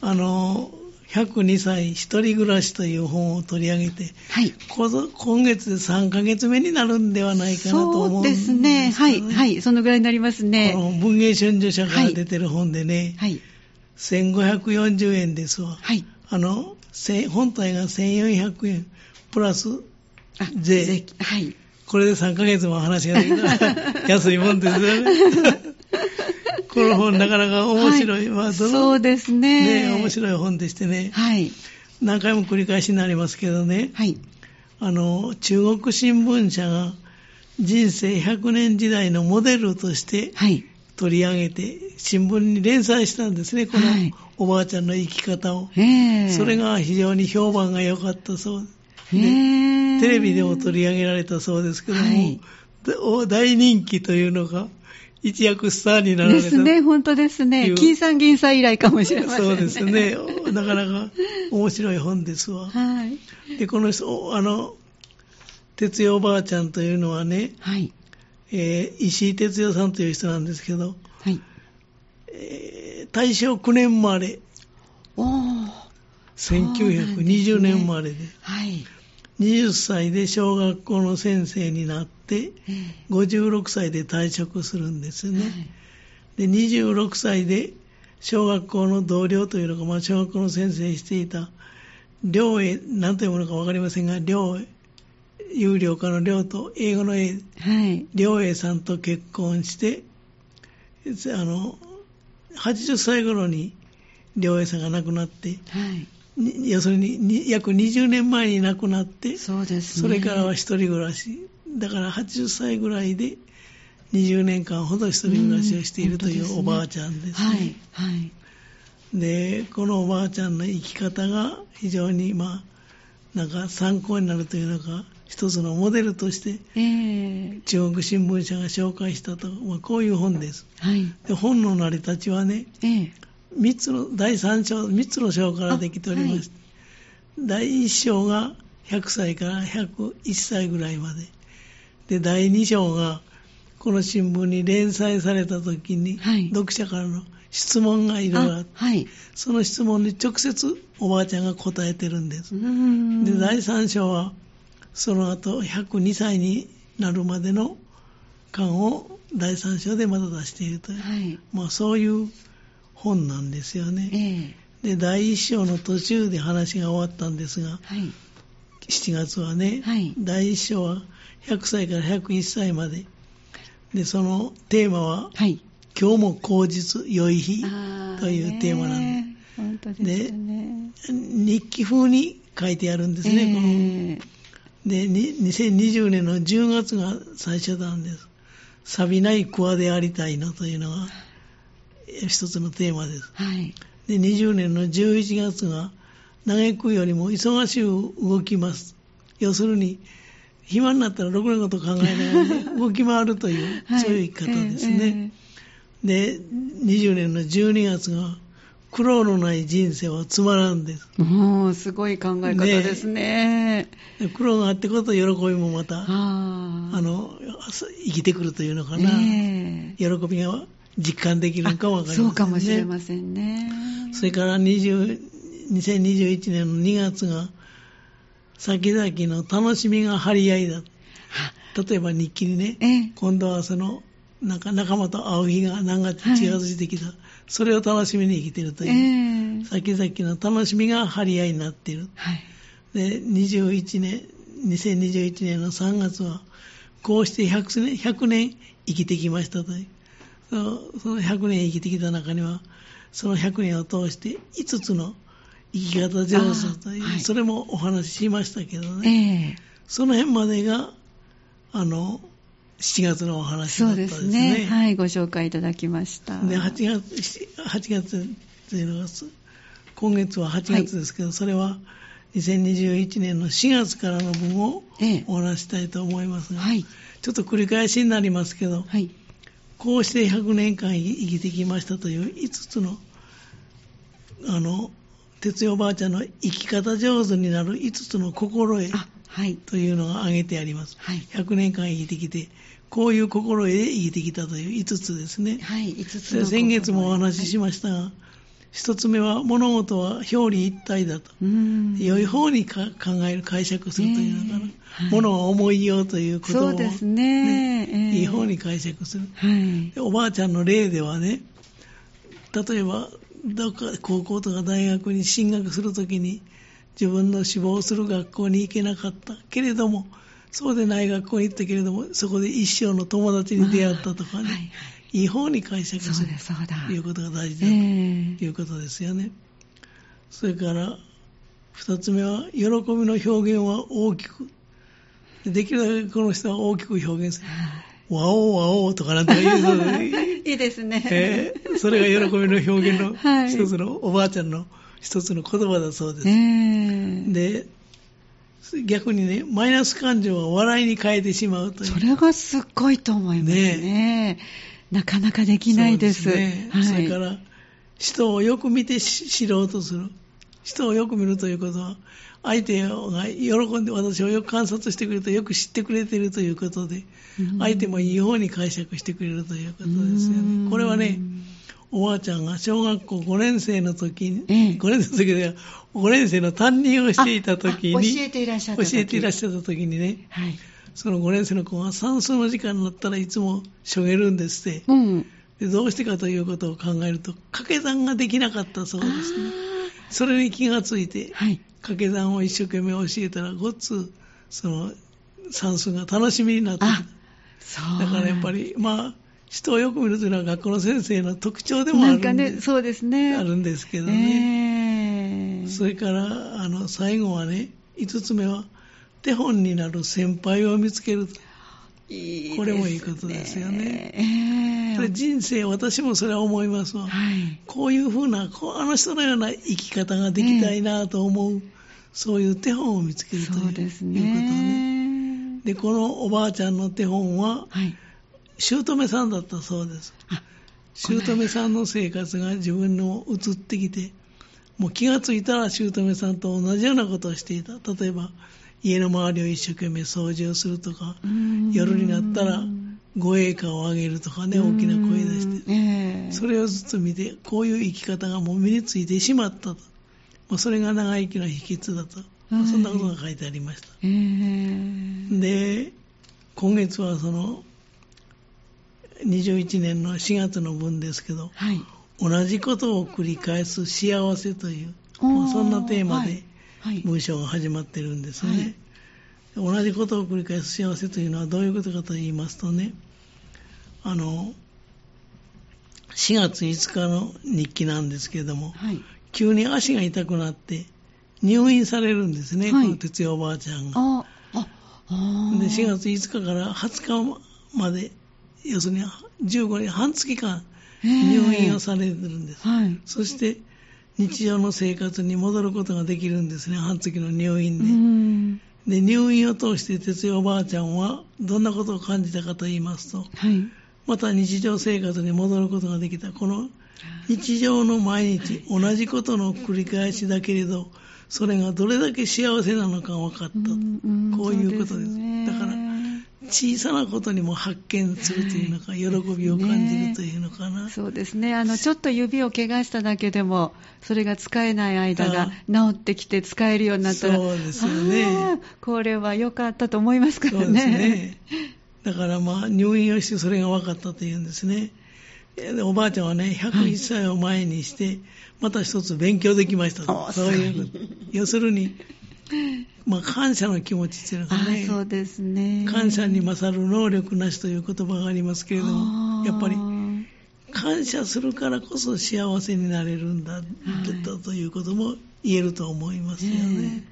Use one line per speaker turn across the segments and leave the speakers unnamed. あの102歳一人暮らしという本を取り上げて、
はい。
こぞ今月で3ヶ月目になるんではないかなと
そ
思う
うん
で
ですす
けど
ね。はい、は
こ
い。そのぐらいになりますね。
の文芸春秋社から出てる本でね、
はい。
1540円ですわ。
はい。
あの、せ本体が1400円、プラス、
あ
税
金はい。
これで3ヶ月も話ができ たら安いもんですよね。この本なかなか面白い。
は
まあ、
そう
で
ですね。
面白い本でしてね、
はい。
何回も繰り返しになりますけどね、
はい。
あの、中国新聞社が人生100年時代のモデルとして
はい。
取り上げて、新聞に連載したんですね、この
はい
おばあちゃんの生き方を。
ええ
それ、が非常に評判が良かったそうです。
ええ
テレビでも取り上げられたそうですけども、
はい
でお大人気というのが、一躍スターになられ
で
た。
すね、本当です
いう
ね。金さん銀さん以来かもしれませんね。
そうです。 ね。おなかなか面白い本ですわ。
はい。
で、この人、おあの、哲代おばあちゃんというのはね、
はい。
えー石井哲代さんという人なんですけど、
はい。
えー大正9年生まれ、
おー。
1920年生まれで、
はい。
20歳で小学校の先生になって、
え
56歳で退職するんです
え
ね。で26歳で小学校の同僚というのか、まあ、小学校の先生していた両英何というものか分かりませんが両英有料化の両と英語の英
はい。はい。
両英さんと結婚してあの80歳頃に両英さんが亡くなって
はい。
に要するにに約20年前に亡くなって
そうです
そ
ね。
れからは一人暮らし。だから80歳ぐらいで20年間ほど一人暮らしをしているとい
うん本当です
う
ね
おばあちゃんです、ね
はい。はい。
で、このおばあちゃんの生き方が非常に、まあ、なんか参考になるというのか、一つのモデルとして
ええ
中国新聞社が紹介したと、まあ、こういう本です。
はい。
で本の成り立ちはね、
ええ
三つの、第3章、3つの章からできておりまして、第1章が100歳から101歳ぐらいまで。で、第2章が、この新聞に連載された時に、
はい
読者からの質問がいろいろあっ
あ
て、
はい。
その質問に直接おばあちゃんが答えてるんです。
ん
で、第3章は、その後102歳になるまでの間を第3章でまた出しているという。
はい。
まあそういう本なんですよ
え
ね。
え
で、第一章の途中で話が終わったんですが、
はい。
7月はね、
はい
第一章は100歳から101歳まで。で、そのテーマは、
はい。
今日も口実、良い日
あー
というテーマなんで
ねえ本当ですよね。
日記風に書いてあるんですね、この
え
で、
え
に2020年の10月が最初なんです。錆びない桑でありたいのというのがえ一つのテーマです。
はい。
で、20年の11月が嘆くよりも忙しく動きます。要するに、暇になったらろくなこと考えながらね動き回るという、
はい
そういう生き方ですね。。で、20年の12月が苦労のない人生はつまらんです。
ええもうすごい考え方ですね。
で苦労があってこそ喜びもまた
あ
あの生きてくるというのかな、
ええ
喜びが実感できるのかわかりません、ね、
そうかもしれませんね。
それから20 2021年の2月が先々の楽しみが張り合いだ例えば日記にね、
ええ
今度はそのなんか仲間と会う日が何月
はい
近づいてきた、それを楽しみに生きてると
え
いう、
え
先々の楽しみが張り合いになっている
はい。
で21年2021年の3月はこうして100年 ,100 年生きてきましたというそのその100年生きてきた中にはその100年を通して5つの生き方上手という、
あーはい
それもお話ししましたけどね、
ええ
その辺までがあの7月のお話だ
そ
った
うん
で
ですす
ね。
ね。はい、ご紹介いただきました。
で8月8月というのがす今月は8月ですけど、それは2021年の4月からの分を
ええ
お話ししたいと思いますが、
はい。
ちょっと繰り返しになりますけど、
はい。
こうして100年間生きてきましたという5つのあの哲代おばあちゃんの生き方上手になる5つの心得
あ、はい。
というのが挙げてあります
はい。
100年間生きてきてこういう心得で生きてきたという5つですね、
はい、5つの
先月もお話しし
ま
ましたが、一つ目は物事は表裏一体だと、
うん
良い方にか考える解釈するというのかな、
ねえはい
物を思いようということ
そ
を、
うですねええ
いい方に解釈する
はい
でおばあちゃんの例ではね例えばどっか高校とか大学に進学するときに自分の志望する学校に行けなかったけれどもそうでない学校に行ったけれどもそこで一生の友達に出会ったとかね、
はい
い
はい、
い方に解釈
そ
す
う
る
だそうだ
ということが大事だ
え
と
え
いうことですよね。それから二つ目は喜びの表現は大きくできるだけこの人は大きく表現する
は
「わおわお」とかなんとか言うので
いいいですね、
えーそれが喜びの表現の
はい
一つの、おばあちゃんの一つの言葉だそうです。
ええ
で逆にねマイナス感情を笑いに変えてしまうという
それがすっごいと思いますねなかなかできないです
そうね
はい、
それから人をよく見てし知ろうとする人をよく見るということは相手が喜んで私をよく観察してくれてよく知ってくれているということで
うん
相手もいい方に解釈してくれるということですよ
う
ね
ん
これはねおばあちゃんが小学校5年生の時に、
ええ
5年生の時では5年生の担任をしていた時
あ
に
教えていらっしゃった
教
時
えていらっしゃった時にね
はい
その5年生の子が算数の時間になったらいつもしょげるんですって
うん
でどうしてかということを考えると掛け算ができなかったそうですねそれに気がついて
はい
掛け算を一生懸命教えたらごっつその算数が楽しみになってき
あ
た
そう
だからやっぱりまあ人をよく見るというのは学校の先生の特徴でもあ
な
る
んか
んで
ねそうですね
あるんですけどね、
ねええ
それからあの最後はね5つ目は手本になる先輩を見つける
いいですね
これもいいことですよね
ええ
それ人生私もそれは思いますわ
はい
こういうふうなこうあの人のような生き方ができたいなと思う、そういう手本を見つけるという
そうですね
いうことねでこのおばあちゃんの手本は
はい
姑さんだったそうです
あ
姑さんの生活が自分にも移ってきてもう気がついたら姑さんと同じようなことをしていた例えば家の周りを一生懸命掃除をするとか
うん
夜になったら護衛歌をあげるとかね大きな声出して
うんええ
それをずつ見てこういう生き方がもう身についてしまったと、まあ、それが長生きの秘訣だと、まあ
はい
そんなことが書いてありました
ええ
で今月はその21年の4月の分ですけど
はい
同じことを繰り返す幸せという、まあそんなテーマで
はいはい
文章が始まってるんですね、同じことを繰り返す幸せというのはどういうことかと言いますとねあの4月5日の日記なんですけれども
はい
急に足が痛くなって入院されるんですね、
はい
この哲代おばあちゃんが。
あああ
で4月5日から20日まで要するに15日半月間入院をされてるんです、
はい
そして日常の生活に戻ることができるんですね半月の入院
う
で、で
ん
入院を通して哲代おばあちゃんはどんなことを感じたかと言いますと
はい
また日常生活に戻ることができたこの日常の毎日同じことの繰り返しだけれどそれがどれだけ幸せなのか分かったと、
んん
こういうことです
そね
だから小さなことにも発見するというのか、喜びを感じるというのかな、
そうですねあのちょっと指を怪我しただけでもそれが使えない間が治ってきて使えるようになったら
そうですよね
あーこれは良かったと思いますか
そう
ら
ですね
ね。
だからまあ入院をしてそれが分かったというんですね。でおばあちゃんはね、101歳を前にして、また一つ勉強できましたと。
お
そういうこと。要するに、まあ感謝の気持ちっていうのか
あ
ね
ー、そうですね
感謝に勝る能力なしという言葉がありますけれども、やっぱり
あー
感謝するからこそ幸せになれるんだ、だということも言えると思いますよね。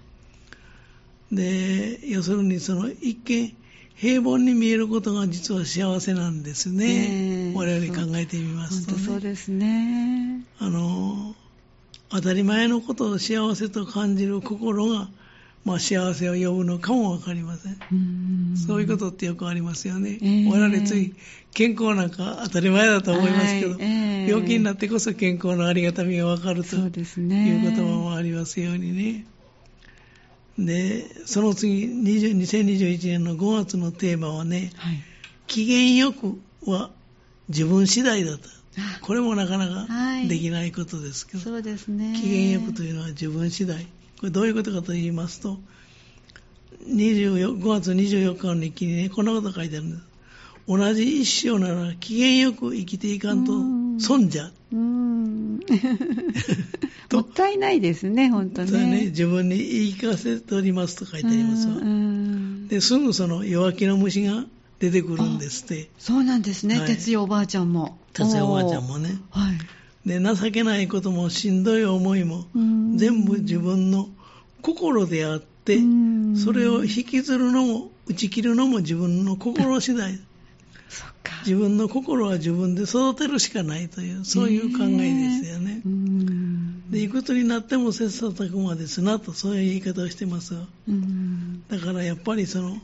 で要するにその一見平凡に見えることが実は幸せなんですね、
ええ
我々考えてみます
本
と
当そう
ね
ですね。
あの当たり前のことを幸せと感じる心が、まあ、幸せを呼ぶのかも分かりません、
うん
そういうことってよくありますよね、
ええ
我々つい健康なんか当たり前だと思いますけど、
はいええ
病気になってこそ健康のありがたみが分かると
そうです
と
ね。
いう言葉もありますようにね。で、その次、20 2021年の5月のテーマはね、
はい。
機嫌よくは自分次第だと。
あ
これもなかなか
はい
できないことですけど、
そうですね。
機嫌よくというのは自分次第これどういうことかと言いますと24 5月24日の日記にねこんなこと書いてあるんです同じ一生なら機嫌よく生きていかんと
うん
損じゃ
う ーん
と
もったいないですね、本当
それはね
ね。
自分に言い聞かせておりますと書いてありますわ
うんうん
ですぐその弱気の虫が出てくるんですって
そうなんですね、
はい
哲代おばあちゃんも。
達也おばあちゃんもね
おー。はい。
で情けないこともしんどい思いも
うん
全部自分の心であって
うん
それを引きずるのも打ち切るのも自分の心次第
そっか。
自分の心は自分で育てるしかないというそういう考えですよね
う。ん
でいくつになっても切磋琢磨ですなとそういう言い方をしてますよ
うん
だからやっぱりその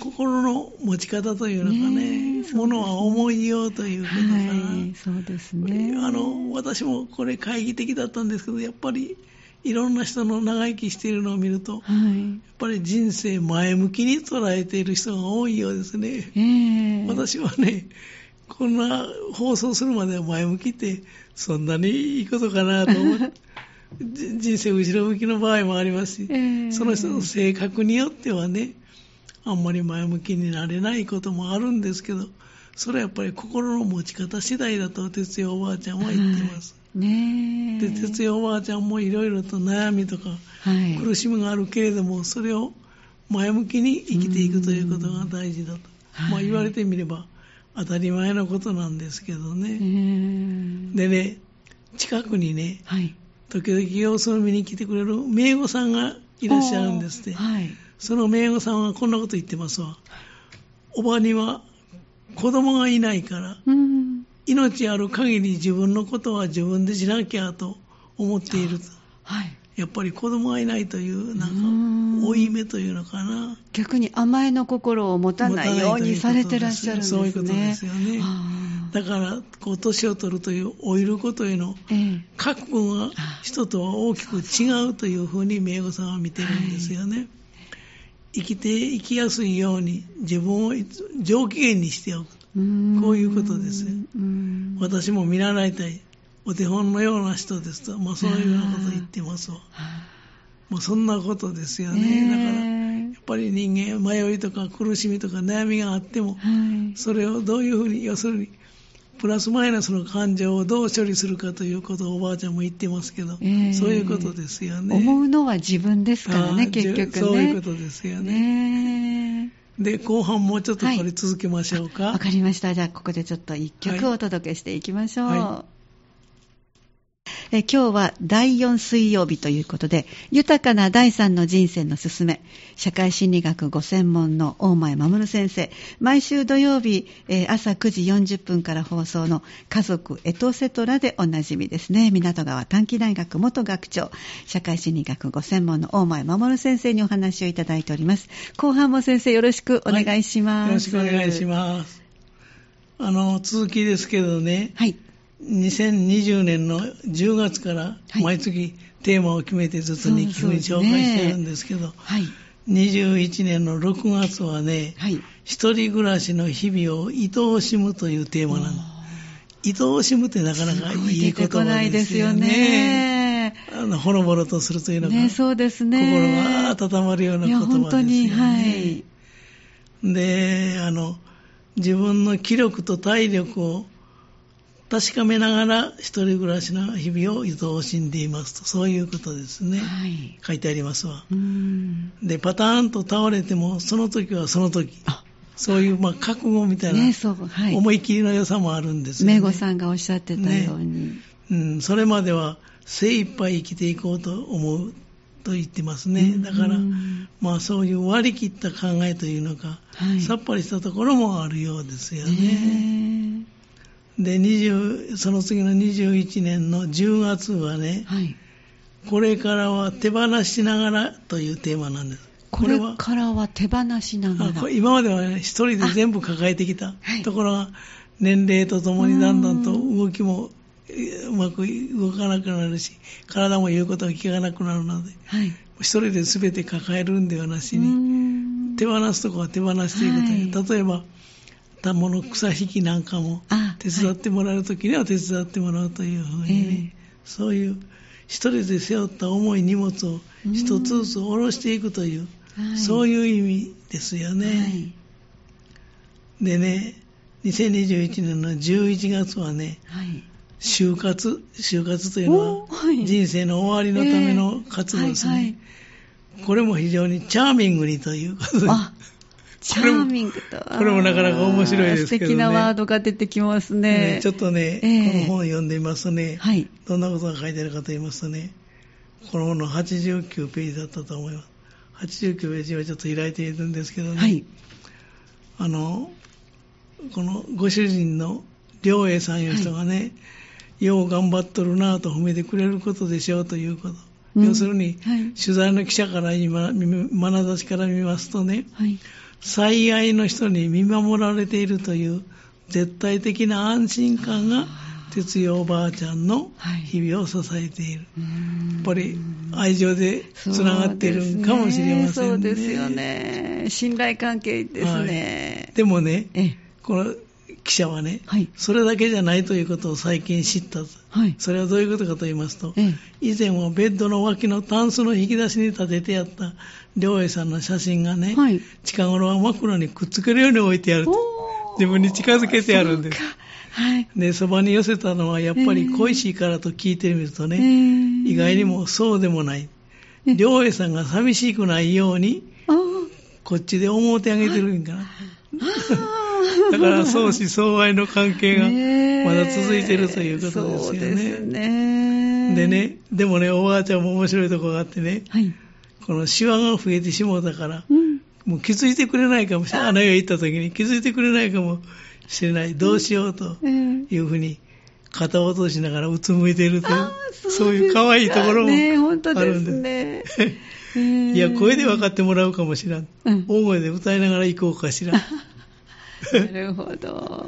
心の持ち方というのかね
ねえ
ものは思いようということかな。
はい、そうですね。
あの私もこれ懐疑的だったんですけどやっぱりいろんな人の長生きしているのを見るとやっ
はい。
ぱり人生前向きに捉えている人が多いようですね、
ええ
私はねこんな放送するまでは前向きってそんなにいいことかなと思 ってじ人生後ろ向きの場合もありますし、
ええ
その人の性格によってはねあんまり前向きになれないこともあるんですけどそれはやっぱり心の持ち方次第だと哲代おばあちゃんは言ってます、
ねえ。
で哲代おばあちゃんもいろいろと悩みとか
はい。
苦しみがあるけれどもそれを前向きに生きていくということが大事だと、
はい
まあ、言われてみれば当たり前のことなんですけど
え
ね、
え
でね近くにね
はい。
時々様子を見に来てくれる名護さんがいらっしゃるんですって
はい。
その名護さんはこんなこと言ってますわおばには子供がいないから
うん。
命ある限り自分のことは自分でしなきゃと思っていると
はい。
やっぱり子供がいないというな
うんん
か負い目というのかな
逆に甘えの心を持たないようにされてらっしゃるんですね。
そういうことですよね
ああ
だからこう年を取るという老いることへの
ええ
覚悟が人とは大きく違うというふうに名護さんは見てるんですよね、生きて生きやすいように自分をいつ上機嫌にしておく
うん
こういうことですよ
うん
私も見習いたいお手本のような人ですと、まあ、そういうようなことを言ってますわもうそんなことですよね、だからやっぱり人間迷いとか苦しみとか悩みがあっても
はい。
それをどういうふうに要するにプラスマイナスの感情をどう処理するかということをおばあちゃんも言ってますけど、
ええ
そういうことですよね。
思うのは自分ですから
あ
ね、
ー
結局ね。
そういうことですよね。
ね
で後半もうちょっとこれ続けましょう
え。
か。
わかりました。じゃあ、ここでちょっと一曲
はい
お届けしていきましょう。
は
え今日は第4水曜日ということで、豊かな第3の人生のすすめ、社会心理学ご専門の大前守先生、毎週土曜日、えー朝9時40分から放送の家族エトセトラでおなじみですね、港川短期大学元学長、社会心理学ご専門の大前守先生にお話をいただいております。後半も先生よろしくお願いします。
よろしくお願いし
す。
ます。あの続きですけどね、
はい。
2020年の10月から
はい
毎月テーマを決めてずつ日記に
そう
紹
そうですね
介してるんですけど、
はい。
21年の6月はね、
はい。
一人暮らしの日々を愛おしむというテーマなの。愛おしむってなかなか
すご
いい言
出てこな
葉
い
で
ですす
よ
よ
ね。
ね。
あのほろぼろとするというのが、
ね、そうです
心
ね。
が温まるようない言
や、
葉ですよね。
本当に、はい。
で、あの、自分の気力と体力を確かめながら一人暮らしの日々を愛おしんでいますと、そういうことですね。
はい。
書いてありますわ。
うーん。
で、パターンと倒れても、その時はその時。
あ
そういう、まあ、覚悟みたいな、
ね、そう、はい。
思い切りの良さもあるんですよ、ね。
めごさんがおっしゃってたように。
うん、それまでは精一杯生きていこうと思うと言ってますね。だから、
うん
まあそういう割り切った考えというのか、
はい。
さっぱりしたところもあるようですよね。
ね
で、20その次の21年の10月はね、
はい。
これからは手放しながらというテーマなんです。
こ
これ
れ
は
からは手放しなが
あ
ら。
これ今まではね一人で全部抱えてきた
はい
ところが、年齢とともにだんだんと動きもえーうまく動かなくなるし、体も言うことが聞かなくなるので、
はい。
一人で全て抱えるんではなし
うー
に、
ん
手放すとこは手放していくという、
は
例えばったもの草引きなんかも
あ
手伝ってもらう時には手伝ってもらうというふうにね、そういう一人で背負った重い荷物を一つずつ下ろしていくという、そう
いう
いう意味ですよね。
はい
でね、2021年の11月はね、
はい
就活、就活というの
お
は、
はい
人生の終わりのための活動ですね。これも非常にチャーミングにということで、
あチャーミングと
これもなかなか面白いですけどね
素敵なワードが出てきますね
ねちょっとね、
ええ
この本を読んでみますとね、
はい
どんなことが書いてあるかと言いますとね、この本の89ページだったと思います。89ページはちょっと開いているんですけどね、
はい
あの、このご主人の良栄さんいう人がね、よう頑張っとるなぁと褒めてくれることでしょうということ。
うん
要するに、
はい
取材の記者から今、眼差しから見ますとね、
はい
最愛の人に見守られているという絶対的な安心感が
あー
哲代おばあちゃんの
はい
日々を支えている、
うーん
やっぱり愛情でつながっているんかもしれませんね
そうですよね。信頼関係ですね。
でもね
ええ
この記者はね
はい。
それだけじゃないということを最近知ったと
はい。
それはどういうことかと言いますと
ええ
以前はベッドの脇のタンスの引き出しに立ててあった良栄さんの写真がね、
はい。
近頃は枕にくっつけるように置いてあると
おー
自分に近づけてやるんです
そうかはい。
で、そばに寄せたのはやっぱり恋しいからと聞いてみると
え
ね、
ー
意外に。もそうでもない。
え
良栄さんが寂しくないように、
あー
こっちで思うてあげてるんかな。
あ
だ から相思相愛の関係が
ー
まだ続いてるということですよ
そうで
ね。
すね。
で。ね、でもね、おばあちゃんも面白いとこがあってね、
はい。
このシワが増えてしもうたから、
うん。
もう気づいてくれないかもしれない。あの世へ行った時に気づいてくれないかもしれない。どうしようと。
えー
いうふうに肩を落としながらうつむいているという
あー
そう
ですか
いう可愛いところもあ
ね本当
る
で
んですす。
ね。えー
いや、声で分かってもらうかもしらん。
うん
大声で歌いながら行こうかしらん。
なるほど。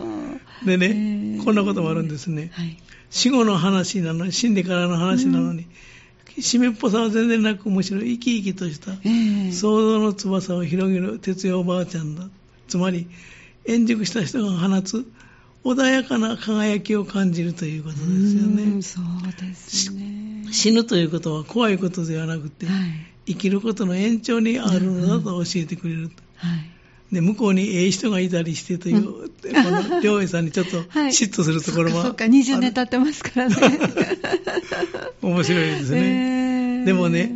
で
え
ね、
ー
こんなこともあるんですね。
はい。
死後の話なのに、死んでからの話なのに、締めっぽさは全然なく、むしろ生き生きとした、
ええ
想像の翼を広げる哲代おばあちゃんだ。つまり、円熟した人が放つ、穏やかな輝きを感じるということですよね。
うんそうですね。
死ぬということは怖いことではなくて、
はい。
生きることの延長にあるのだと教えてくれると。
はい。
で、向こうにええ人がいたりしてという、この、両栄さんにちょっと
はい
嫉妬するところも、
そっか、20年経ってますからね。
面白いですね。
ええ
でもね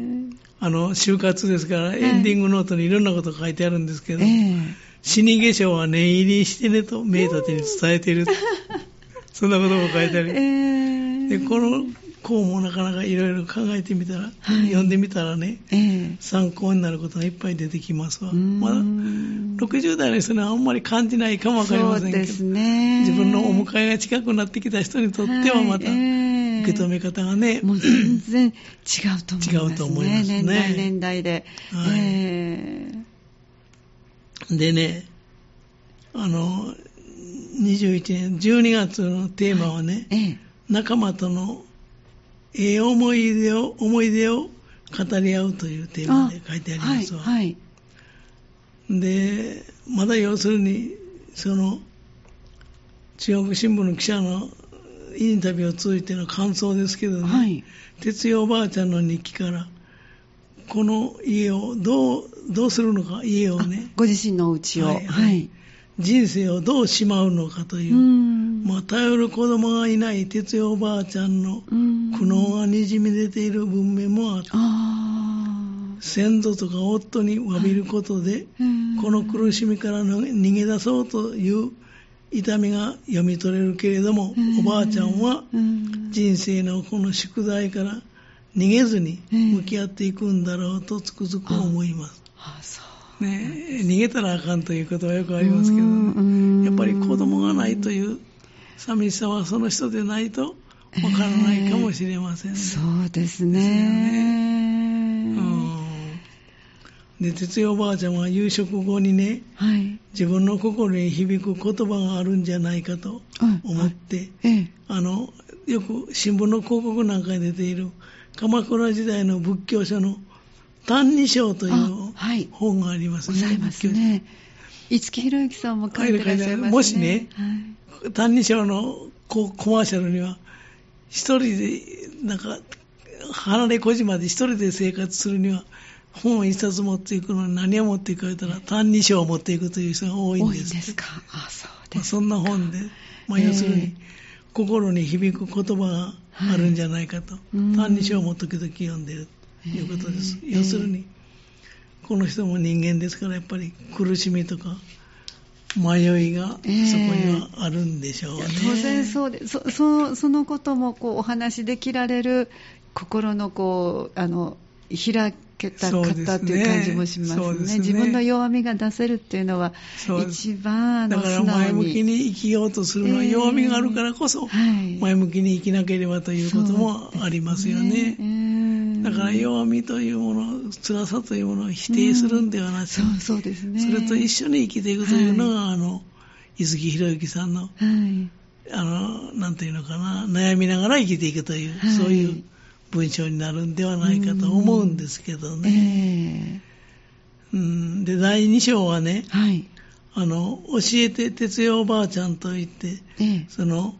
あの、就活ですから、
い
エンディングノートにいろんなこと書いてあるんですけど、
ええ
死に化粧は念入りしてねと、名立てに伝えて いると。そんなことも書いてある。
え
で、この項もなかなかいろいろ考えてみたら、
はい
読んでみたらね、
ええ
参考になることがいっぱい出てきますわ。
うーん
まだ60代の人にはあんまり感じないかもわかりません
そう
け
です
ど、
ね。
自分のお迎えが近くなってきた人にとってはまた
い
受
え
け
え
止め方がね、
もう全然違うと思いますね。
違うと思いますね
年代年代で。
はい
ええ
でね、あの、21年、12月のテーマはね、
ええ
仲間とのええ思い出を、思い出を語り合うというテーマで書いてありますわ。
はい。はい
で、まだ要するに、その、中国新聞の記者のインタビューを通じての感想ですけどね、
はい。
哲代おばあちゃんの日記から、この家をどう、どうするのか、家をね
あ、ご自身のお家を。
は
はいい。
はい人生をどうしまうのかという、
ん
まあ、頼る子供がいない哲代おばあちゃんの
うん
苦悩がにじみ出ている文面もあって、
あ
先祖とか夫に詫びることで、
あ。
この苦しみからの逃げ出そうという痛みが読み取れるけれども、おばあちゃんは
うん
人生のこの宿題から逃げずに向き合っていくんだろうとつくづく思います。
あそう
ねえ、逃げたらあかんということはよくありますけど、
うん
やっぱり子供がないという寂しさはその人でないとわからないかもしれませんね。
そうです
う
ね。
んで、哲代おばあちゃんは夕食後にね、
はい。
自分の心に響く言葉があるんじゃないかと
はい
思って、
ええ。
あの、よく新聞の広告なんかに出ている、鎌倉時代の仏教書の「歎異抄」とい
あ
う
はい
本があります
ご
ね。
ざいます
仏教書
ね。五木ひろゆきさんも書いてらっしゃいますね。
もしね
は
「
い
歎異抄」のこコマーシャルには一人でなんか離れ小島で一人で生活するには本を一冊持っていくのに何を持っていくかと言ったら「歎異抄」を持っていくという人が多いん
多い
で
ん
すって
ですか。あ、そう
ま
で
あ、
す。
そんな本で、まあ、
ええ
要するに心に響く言葉があるんじゃないかと「
うん
歎異抄」も時々読んでるということです、
ええ
要するにこの人も人間ですからやっぱり苦しみとか迷いがそこ
ええ
にはあるんでしょう
い
ね
や、当然そうでそそそのこともこうお話しできられる心のこうあの開けた
そう
方
ですね
っていう感じもしますね
そうですね
自分の弱みが出せるっていうのは
そうです
一番あ
だ
の
から
素
前
直
向き
に
に生きようとするのは
ええ
弱みがあるからこそ
はい
前向きに生きなければということもありますよね
う。ん
だから弱みというもの辛さというものを否定するんではなくて
そうそうですね
それと一
緒
緒に生きていくというのが、あの、伊豆木博之さんの、
はい
あの、なんていうのかな、悩みながら生きていくという、
はい
そういう文章になるんではないかと思うんですけどね。
え
うん、で、第2章はね
え、はい
あの、教えて哲代おばあちゃんと言って、
ええ
その、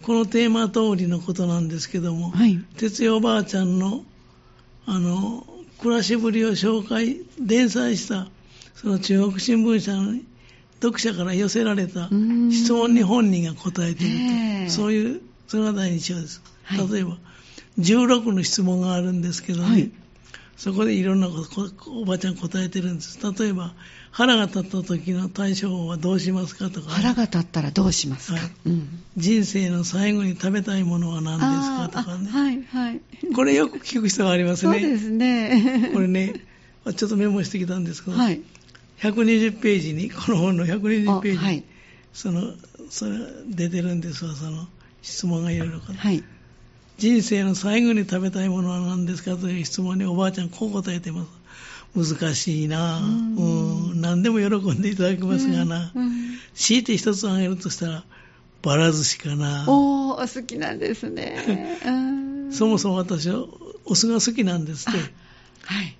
このテーマ通りのことなんですけども、
はい
哲代おばあちゃんの、あの、暮らしぶりを紹介、連載した、その中国新聞社の読者から寄せられた
うん
質問に本人が答えている
ね
と。
え
そういう、それが第2章です。
はい
例えば、16の質問があるんですけどね、
はい
そこでいろんなこと、こおばあちゃん答えてるんです。例えば、腹が立った時の対処法はどうしますかとか、
腹が立ったらどうしますか、
はい
うん
人生の最後に食べたいものは何
あ
です
ー
かとかね。
あはいはい
これよく聞く人があります
そう
ね。
ですね
これね、ちょっとメモしてきたんですけど、
はい
120ページに、この本の120ページに、
あはい
その、それ出てるんですわ、その質問がいろいろか、
はい
人生の最後に食べたいものは何ですかという質問におばあちゃんこう答えてます。難しいなぁ。
うん
うん。何でも喜んでいただきますがな。
うんうん
強いて一つ挙げるとしたら、バラ寿司かな。
おお好きなんです ね。うん
そもそも私はお酢が好きなんですって。
はい。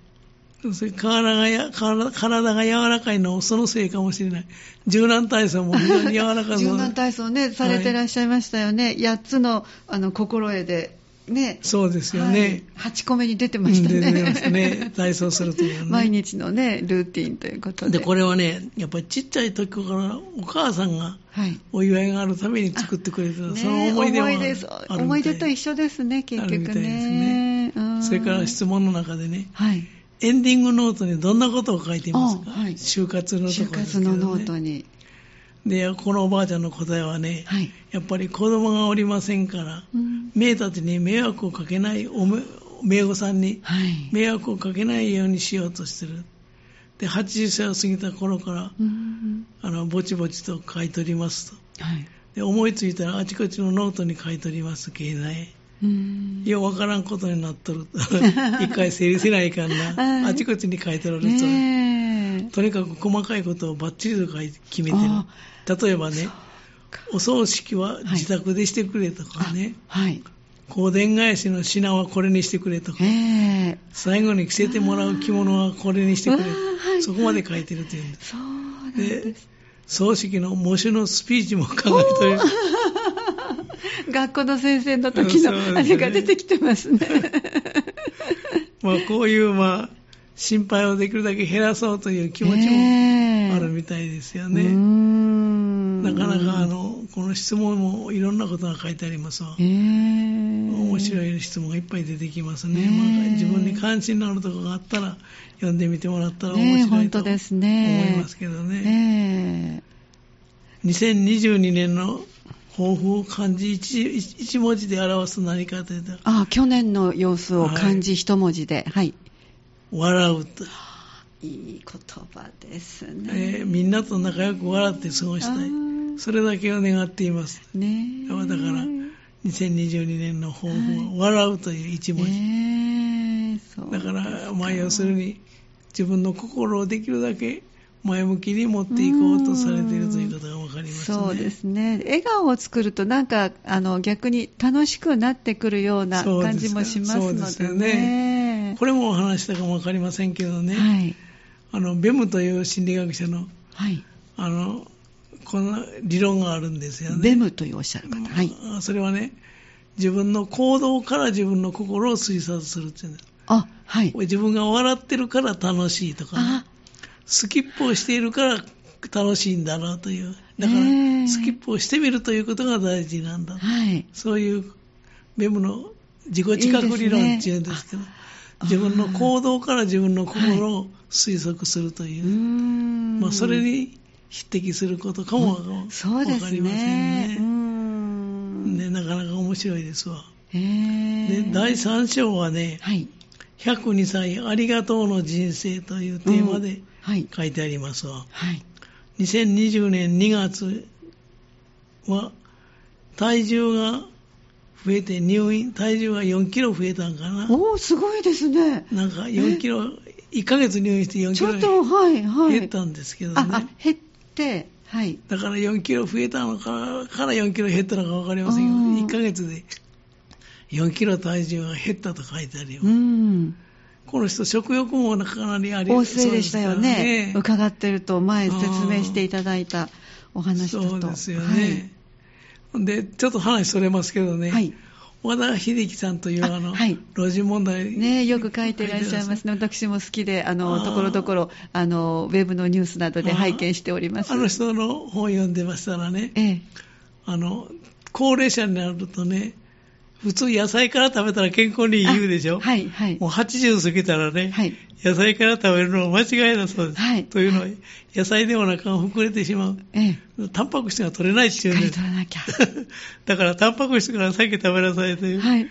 それ体がや体体が柔らかいのもそのせいかもしれない。柔軟体操も非常に柔らかそう
柔軟体操ねされてらっしゃいましたよね。8つのあの心得でね。
そうですよね。
はい、8個目に出て
う
ま
ん
した
出
ね。
てます ね。体操するという
毎
ね。
日のねルーティンということで。
で、これはね、やっぱりちっちゃい時からお母さんが
はい。
お祝いがあるために作ってくれた、その
ね
思い出もある
思い
み
出
たい
思い出と一緒ですね結
あるみ
局
たいです
ね。うん
それから質問の中でね、
はい。
エンディングノートにどんなことを書いていますか、
あはい
就活のと
就
ころです
活
けど、
の
ね。
ノートに。
で、このおばあちゃんの答えはね、
はい。
やっぱり子供がおりませんから、
うん
名たちに迷惑をかけないおめ名護さんに
はい。
迷惑をかけないようにしようとしてる。で、80歳を過ぎた頃から、
うん
あの、ぼちぼちと買い取りますと。
はい。
で、思いついたらあちこちのノートに買い取ります、経済。
うん
ようわからんことになっとる。 一回整理せないかん
はい
な。あちこちに書いてられると。
ねえ
とにかく細かいことをバッチリと書いて決めて
あ
る。例えばね、お葬式は自宅でしてくれとかね。
はい。
香典返しの品はこれにしてくれとか
え、え
最後に着せてもらう着物はこれにしてくれと
うわーはい
そこまで書いてるというんです。
そうなん
で
です。、
葬式の喪主のスピーチも考え てる。
学校の先生の時
そ
の
うですね
あれが出てきてます ね。
まあこういう、まあ、心配をできるだけ減らそうという気持ちも
も
あるみたいですよ
うー
ね。
ん
なかなか、あ、の、この質問もいろんなことが書いてありますわ
え。え
面白
い。
い質問がいっぱい出てきますね。
ねえ
まあ、自分に関心のあるところがあったら、読んでみてもらったら
ねえ
面白い
本
と
当
思
ですね。
いますけどね。
ね
2022年の抱負を漢字 1, 一文字で表す何かというと
え、あ、去年の様子を漢字一文字で、はい。
笑うと、
いい言葉です
え
ね。
ーみんなと仲良く笑って過ごした
あ
い。
ー
それだけを願っています。
ねえ
だから2022年の抱負は笑うという一文字。
ねえそう
だか
です
ら、まあ要するに自分の心をできるだけ前向きに持っていこうとされているということがわかりますね。
そうですね笑顔を作るとなんかあの逆に楽しくなってくるような
そうです
感じもしますので
そう
ね
ですよねこれもお話ししたかもわかりませんけどね、
はい
あの、ベムという心理学者の
はい
あの、こんな理論があるんですよね。
ベムというおっしゃる方。はい。
あそれはね、自分の行動から自分の心を推察するっていうんです。
あ、はい。
自分が笑ってるから楽しいとかね、
あ、
スキップをしているから楽しいんだなという。だから
ねえ、
スキップをしてみるということが大事なんだ。
はい。
そういうベムの自己知覚理論っていうんですけど、
あ
自分の行動から自分の心を推測すると
う
い
ー
う。
ん。
まあ、それに匹敵することかもわかわ
そ
か
うです
りませ
ね。うー
んね。
ん。
ね、なかなか面白いですわ。
へ
で
ー
第3章はね、
はい。
102歳ありがとうの人生というテーマ
う
で
んはい。
書いてありますわ。
はい。
2020年2月は、体重が増えて入院、体重が4キロ増えたんかな。
おー、すごいですね。
なんか4キロ、1ヶ月入院して4
ちょっ
キロ
と、はい、はい。
減ったんですけどね。
あ、あ、減って、はい。
だから4キロ増えたのか、から4キロ減ったのか分かりませんけ
う
ど、
ん
1ヶ月で4キロ体重が減ったと書いてあるよ。
うん。
この人、食欲もかなりあり
旺盛でしたよね。
そうですから
伺ってると、前
あー
説明していただいたお話だと。
そうですよね。ほんで、ちょっと話それますけど
は
ね、
い。はい。
和田秀樹さんというあの、
あはい
路地問題、
ねよく書いていらっしゃいますね。私も好きで、あの、
あー
ところどころ、あの、ウェブのニュースなどで
あー
拝見しております。
あの人の本読んでましたらね、
ええ。
あの、高齢者になるとね、普通野菜から食べたら健康にいい言うでしょ。
はい、はい
も。う80過ぎたらね、
はい。
野菜から食べるのは間違いだそうです。
はい
というのは、野菜でお腹が膨れてしまう。
ええ。し
タンパク質が取れないっていう
っか
ん
り
で
取らなきゃ。
す。 だから、タンパク質から先食べなさいという
はい。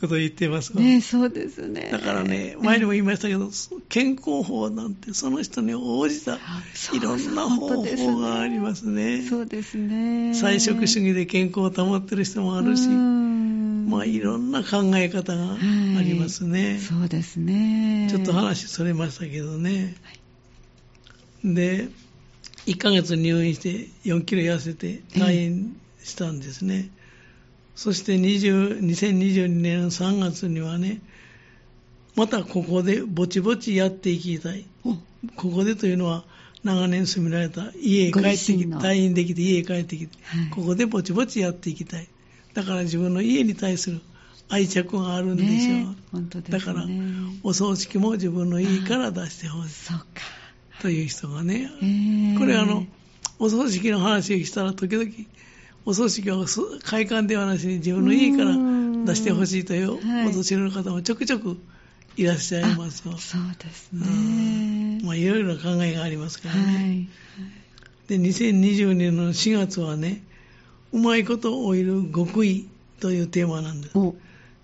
ことを言ってますわ。
ねそうですね。
だからね、前にも言いましたけど、健康法なんてその人に応じた
そう
いろんな方
そう本当ですね
法がありますね。
そうですね。
菜食主義で健康を保ってる人もあるし、ま
ま
あいろんな考え方がありますね。
そうですね。
ちょっと話それましたけどね。で、1ヶ月入院して4キロ痩せて退院したんですね。そして20 2022年の3月にはね、またここでぼちぼちやっていきたい。
お
ここでというのは長年住みられた家へ帰
ご
って
自
きて、
身の
退院できて家へ帰ってきて、
はい
ここでぼちぼちやっていきたい。だから自分の家に対する愛着があるんでしょう。
ねえ本当ですね。
だからお葬式も自分の家から出してほし
そうか。
いという人がね、
えー
これあの、お葬式の話をしたら時々、お葬式はそ会館ではなしに自分の家から出してほしいという
はい
お年寄りの方もちょくちょくいらっしゃいますわ
あそうです
うん
ね。
まあいろいろな考えがありますからね。
はい。
で、2020年の4月はね、うまいことをいる極意というテーマなんです。
お、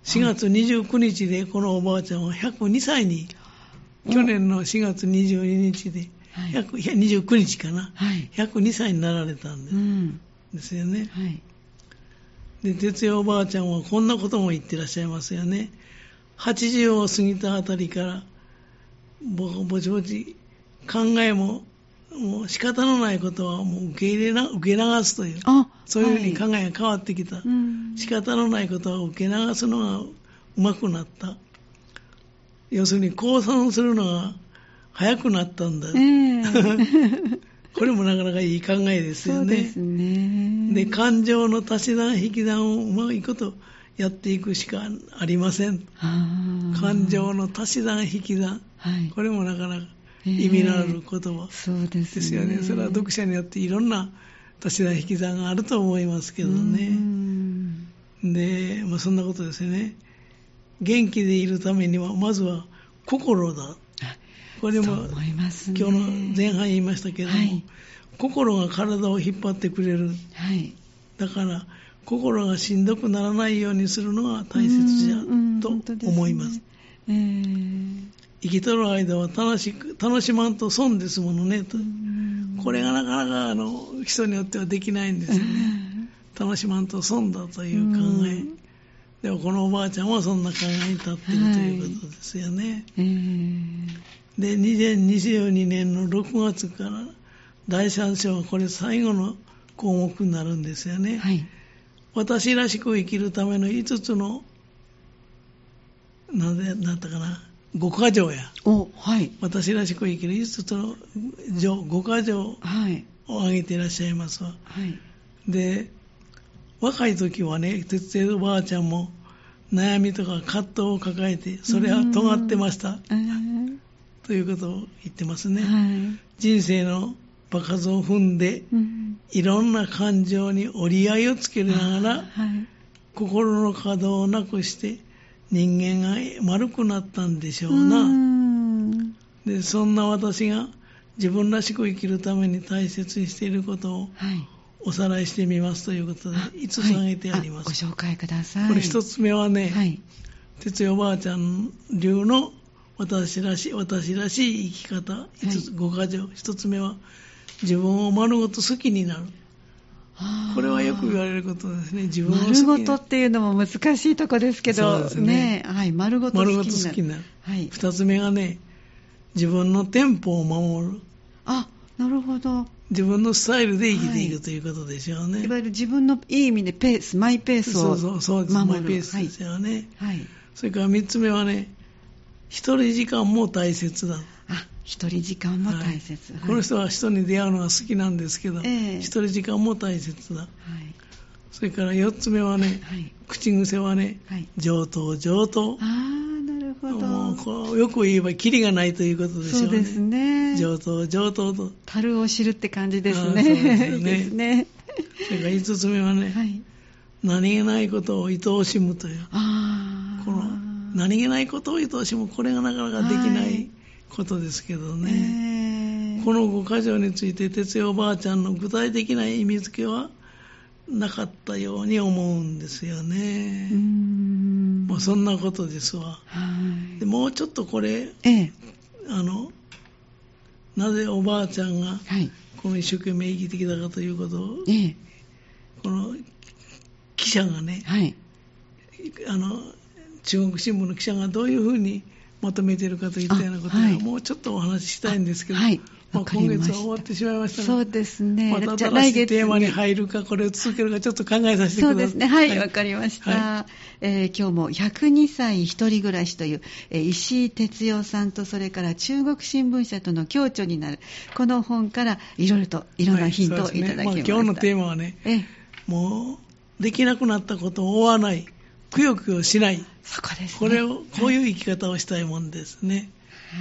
4月29日でこのおばあちゃんは102歳に、去年の4月22日で、
はい。
100 29日かな、
はい。
102歳になられたんで
うん。
ですよね。
はい。
で、哲代おばあちゃんはこんなことも言ってらっしゃいますよね。80を過ぎたあたりから、ぼぼちぼち考えも、もう仕方のないことはもう受け入れな、受け流すという、
あ、
そういうふう
は
に考えが変わってきた。
うん。
仕方のないことは受け流すのがうまくなった。要するに降参するのが早くなったんだ。
え え
これもなかなかいい考えです
そ
よ
うで
ね
す。ね。
で感情の足し算引き算をうまいことやっていくしかありません。
あー
感情の足し算引き算。
はい。
これもなかなか意味のある言葉
そうですね。
ですよね。それは読者によっていろんな足し算引き算があると思いますけどね。
うん
で、まあ、そんなことですよね。元気でいるためには、まずは心だ。
あ
これ
そう
も
思いますね。
今日の前半言いましたけれども、
はい
心が体を引っ張ってくれる。
はい。
だから、心がしんどくならないようにするのが大切じゃ
うん
と
うん本当でね
思います。
えー
生きとる間は楽しく、楽しまんと損ですものね。と
うん
これがなかなかあの人によってはできないんですよね。楽しまんと損だという考え、
うん
でもこのおばあちゃんはそんな考えに立ってるということですよね、
えー
で2022年の6月から第3章はこれ最後の項目になるんですよね、
はい。
私らしく生きるための5つのなんでなんだったかな5か条や
お、はい。
私らしく生きる5つの条5か条
はい。
を挙げていらっしゃいますわ
はい。
で若い時はね哲生おばあちゃんも悩みとか葛藤を抱えてそれは尖ってました
あー
ということを言ってますね、
はい。
人生の場数を踏んで
うん
いろんな感情に折り合いをつけながら
はい。
心の稼働をなくして人間が丸くなったんでしょう
うー
な。
ん
でそんな私が自分らしく生きるために大切にしていることを
はい。
おさらいしてみますということで5つ挙げてあります。
はいあご紹介ください。
これ1つ目はね、
はい。
哲代おばあちゃん流の私らしい私らしい生き方5つ、5箇条1つ目は自分を丸ごと好きになるこれはよく言
れ
われることですね自分を好き
丸
に
ごとっていうのも難しいとこですけ
そう
ど、
ですね
はい、丸ごと好き
丸
にな
ご
る。
と好きになる
はい。
2つ目がね自分のテンポを守る
あ、なるほど。
自分のスタイルで生きてい
はい
くということでしょうね、
いわゆる自分のいい意味でペース、マイペース
そ
を
う
守る。
そうそうですマイペース
はい
で。すよね、
はい。
それから3つ目はね一人時間も大切だ
あ、一人時間も大切。
この人は人に出会うのが好きなんですけど、
ええ
一人時間も大切だ
は。
それから4つ目はいね
はい。
口癖はね
はい。
上等上等
ああ、なるほ
もう
ど。
こうよく言えばキリがないということでしょ
そう
うね
ですね。
上等上等と
樽を知るって感じです
あー
ね。
そうですよ
いい
ね
ですね。
それから5つ目はね、
はい。
何気ないことを愛おしむという
ああ。
この何気ないことを愛おしむこれがなかなかできな
はい
いことですけどね、
ね
この5箇条について哲代おばあちゃんの具体的な意味付けはなかったように思うんですよね、
うーん
もうそんなことですわ
はい
でもうちょっとこれ
ええ
あのなぜおばあちゃんが
はい
この一生懸命生きてきたかということを
ええ
この記者がね
はい
あの中国新聞の記者がどういうふうにまとめているかといったようなこと
あ
が、
はい
もうちょっとお話ししたいんですけど、
はい
まあ、
わかり
今
ま
月
した
は終わってしまいましたが
そうで すね、
また
じゃあ
新
来
しい
月
テーマに
に
入るか、これを続けるか、ちょっと考えさせてください。
そうですねはいわ、
はい、
かりました、
は
えー今日も102歳一人暮らしという、えー石井哲代さんとそれから中国新聞社との共著になるこの本からいろいろといろんなヒントを
はいいそうですね
ただきました、
あ今日のテーマはね、
ええ
もう、できなくなったことを追わない、くよくよしない、
そこですね
これを、こういう生き方をしたいもんですね。
はい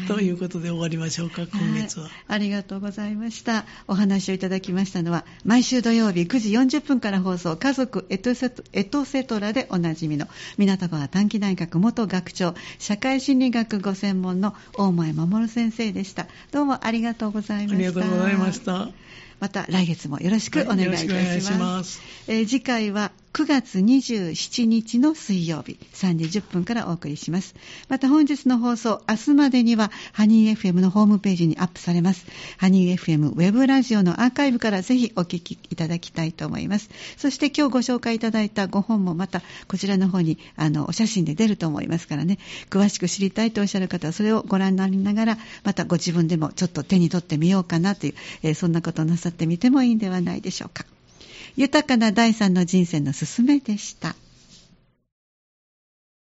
ということで終わりましょうか、今月は。
いありがとうございましたお話をいただきましたのは毎週土曜日9時40分から放送家族エトセトエトセトラでおなじみの港川短期大学元学長社会心理学ご専門の大前守先生でしたどうもありがとうございま
あ
した
りがとうございました。
また来月もよろしくお願いいたし
はいよろしくお願いし
ま
ますす。
えー次回は9月27日の水曜日3時10分からお送りします。また本日の放送、明日までにはハニー FM のホームページにアップされます。ハニー FM ウェブラジオのアーカイブからぜひお聞きいただきたいと思います。そして今日ご紹介いただいたご本もまたこちらの方にあのお写真で出ると思いますからね、詳しく知りたいとおっしゃる方はそれをご覧になりながら、またご自分でもちょっと手に取ってみようかなという、えーそんなことをなさってみてもいいんではないでしょうか。豊かな第三の人生のすすめでした。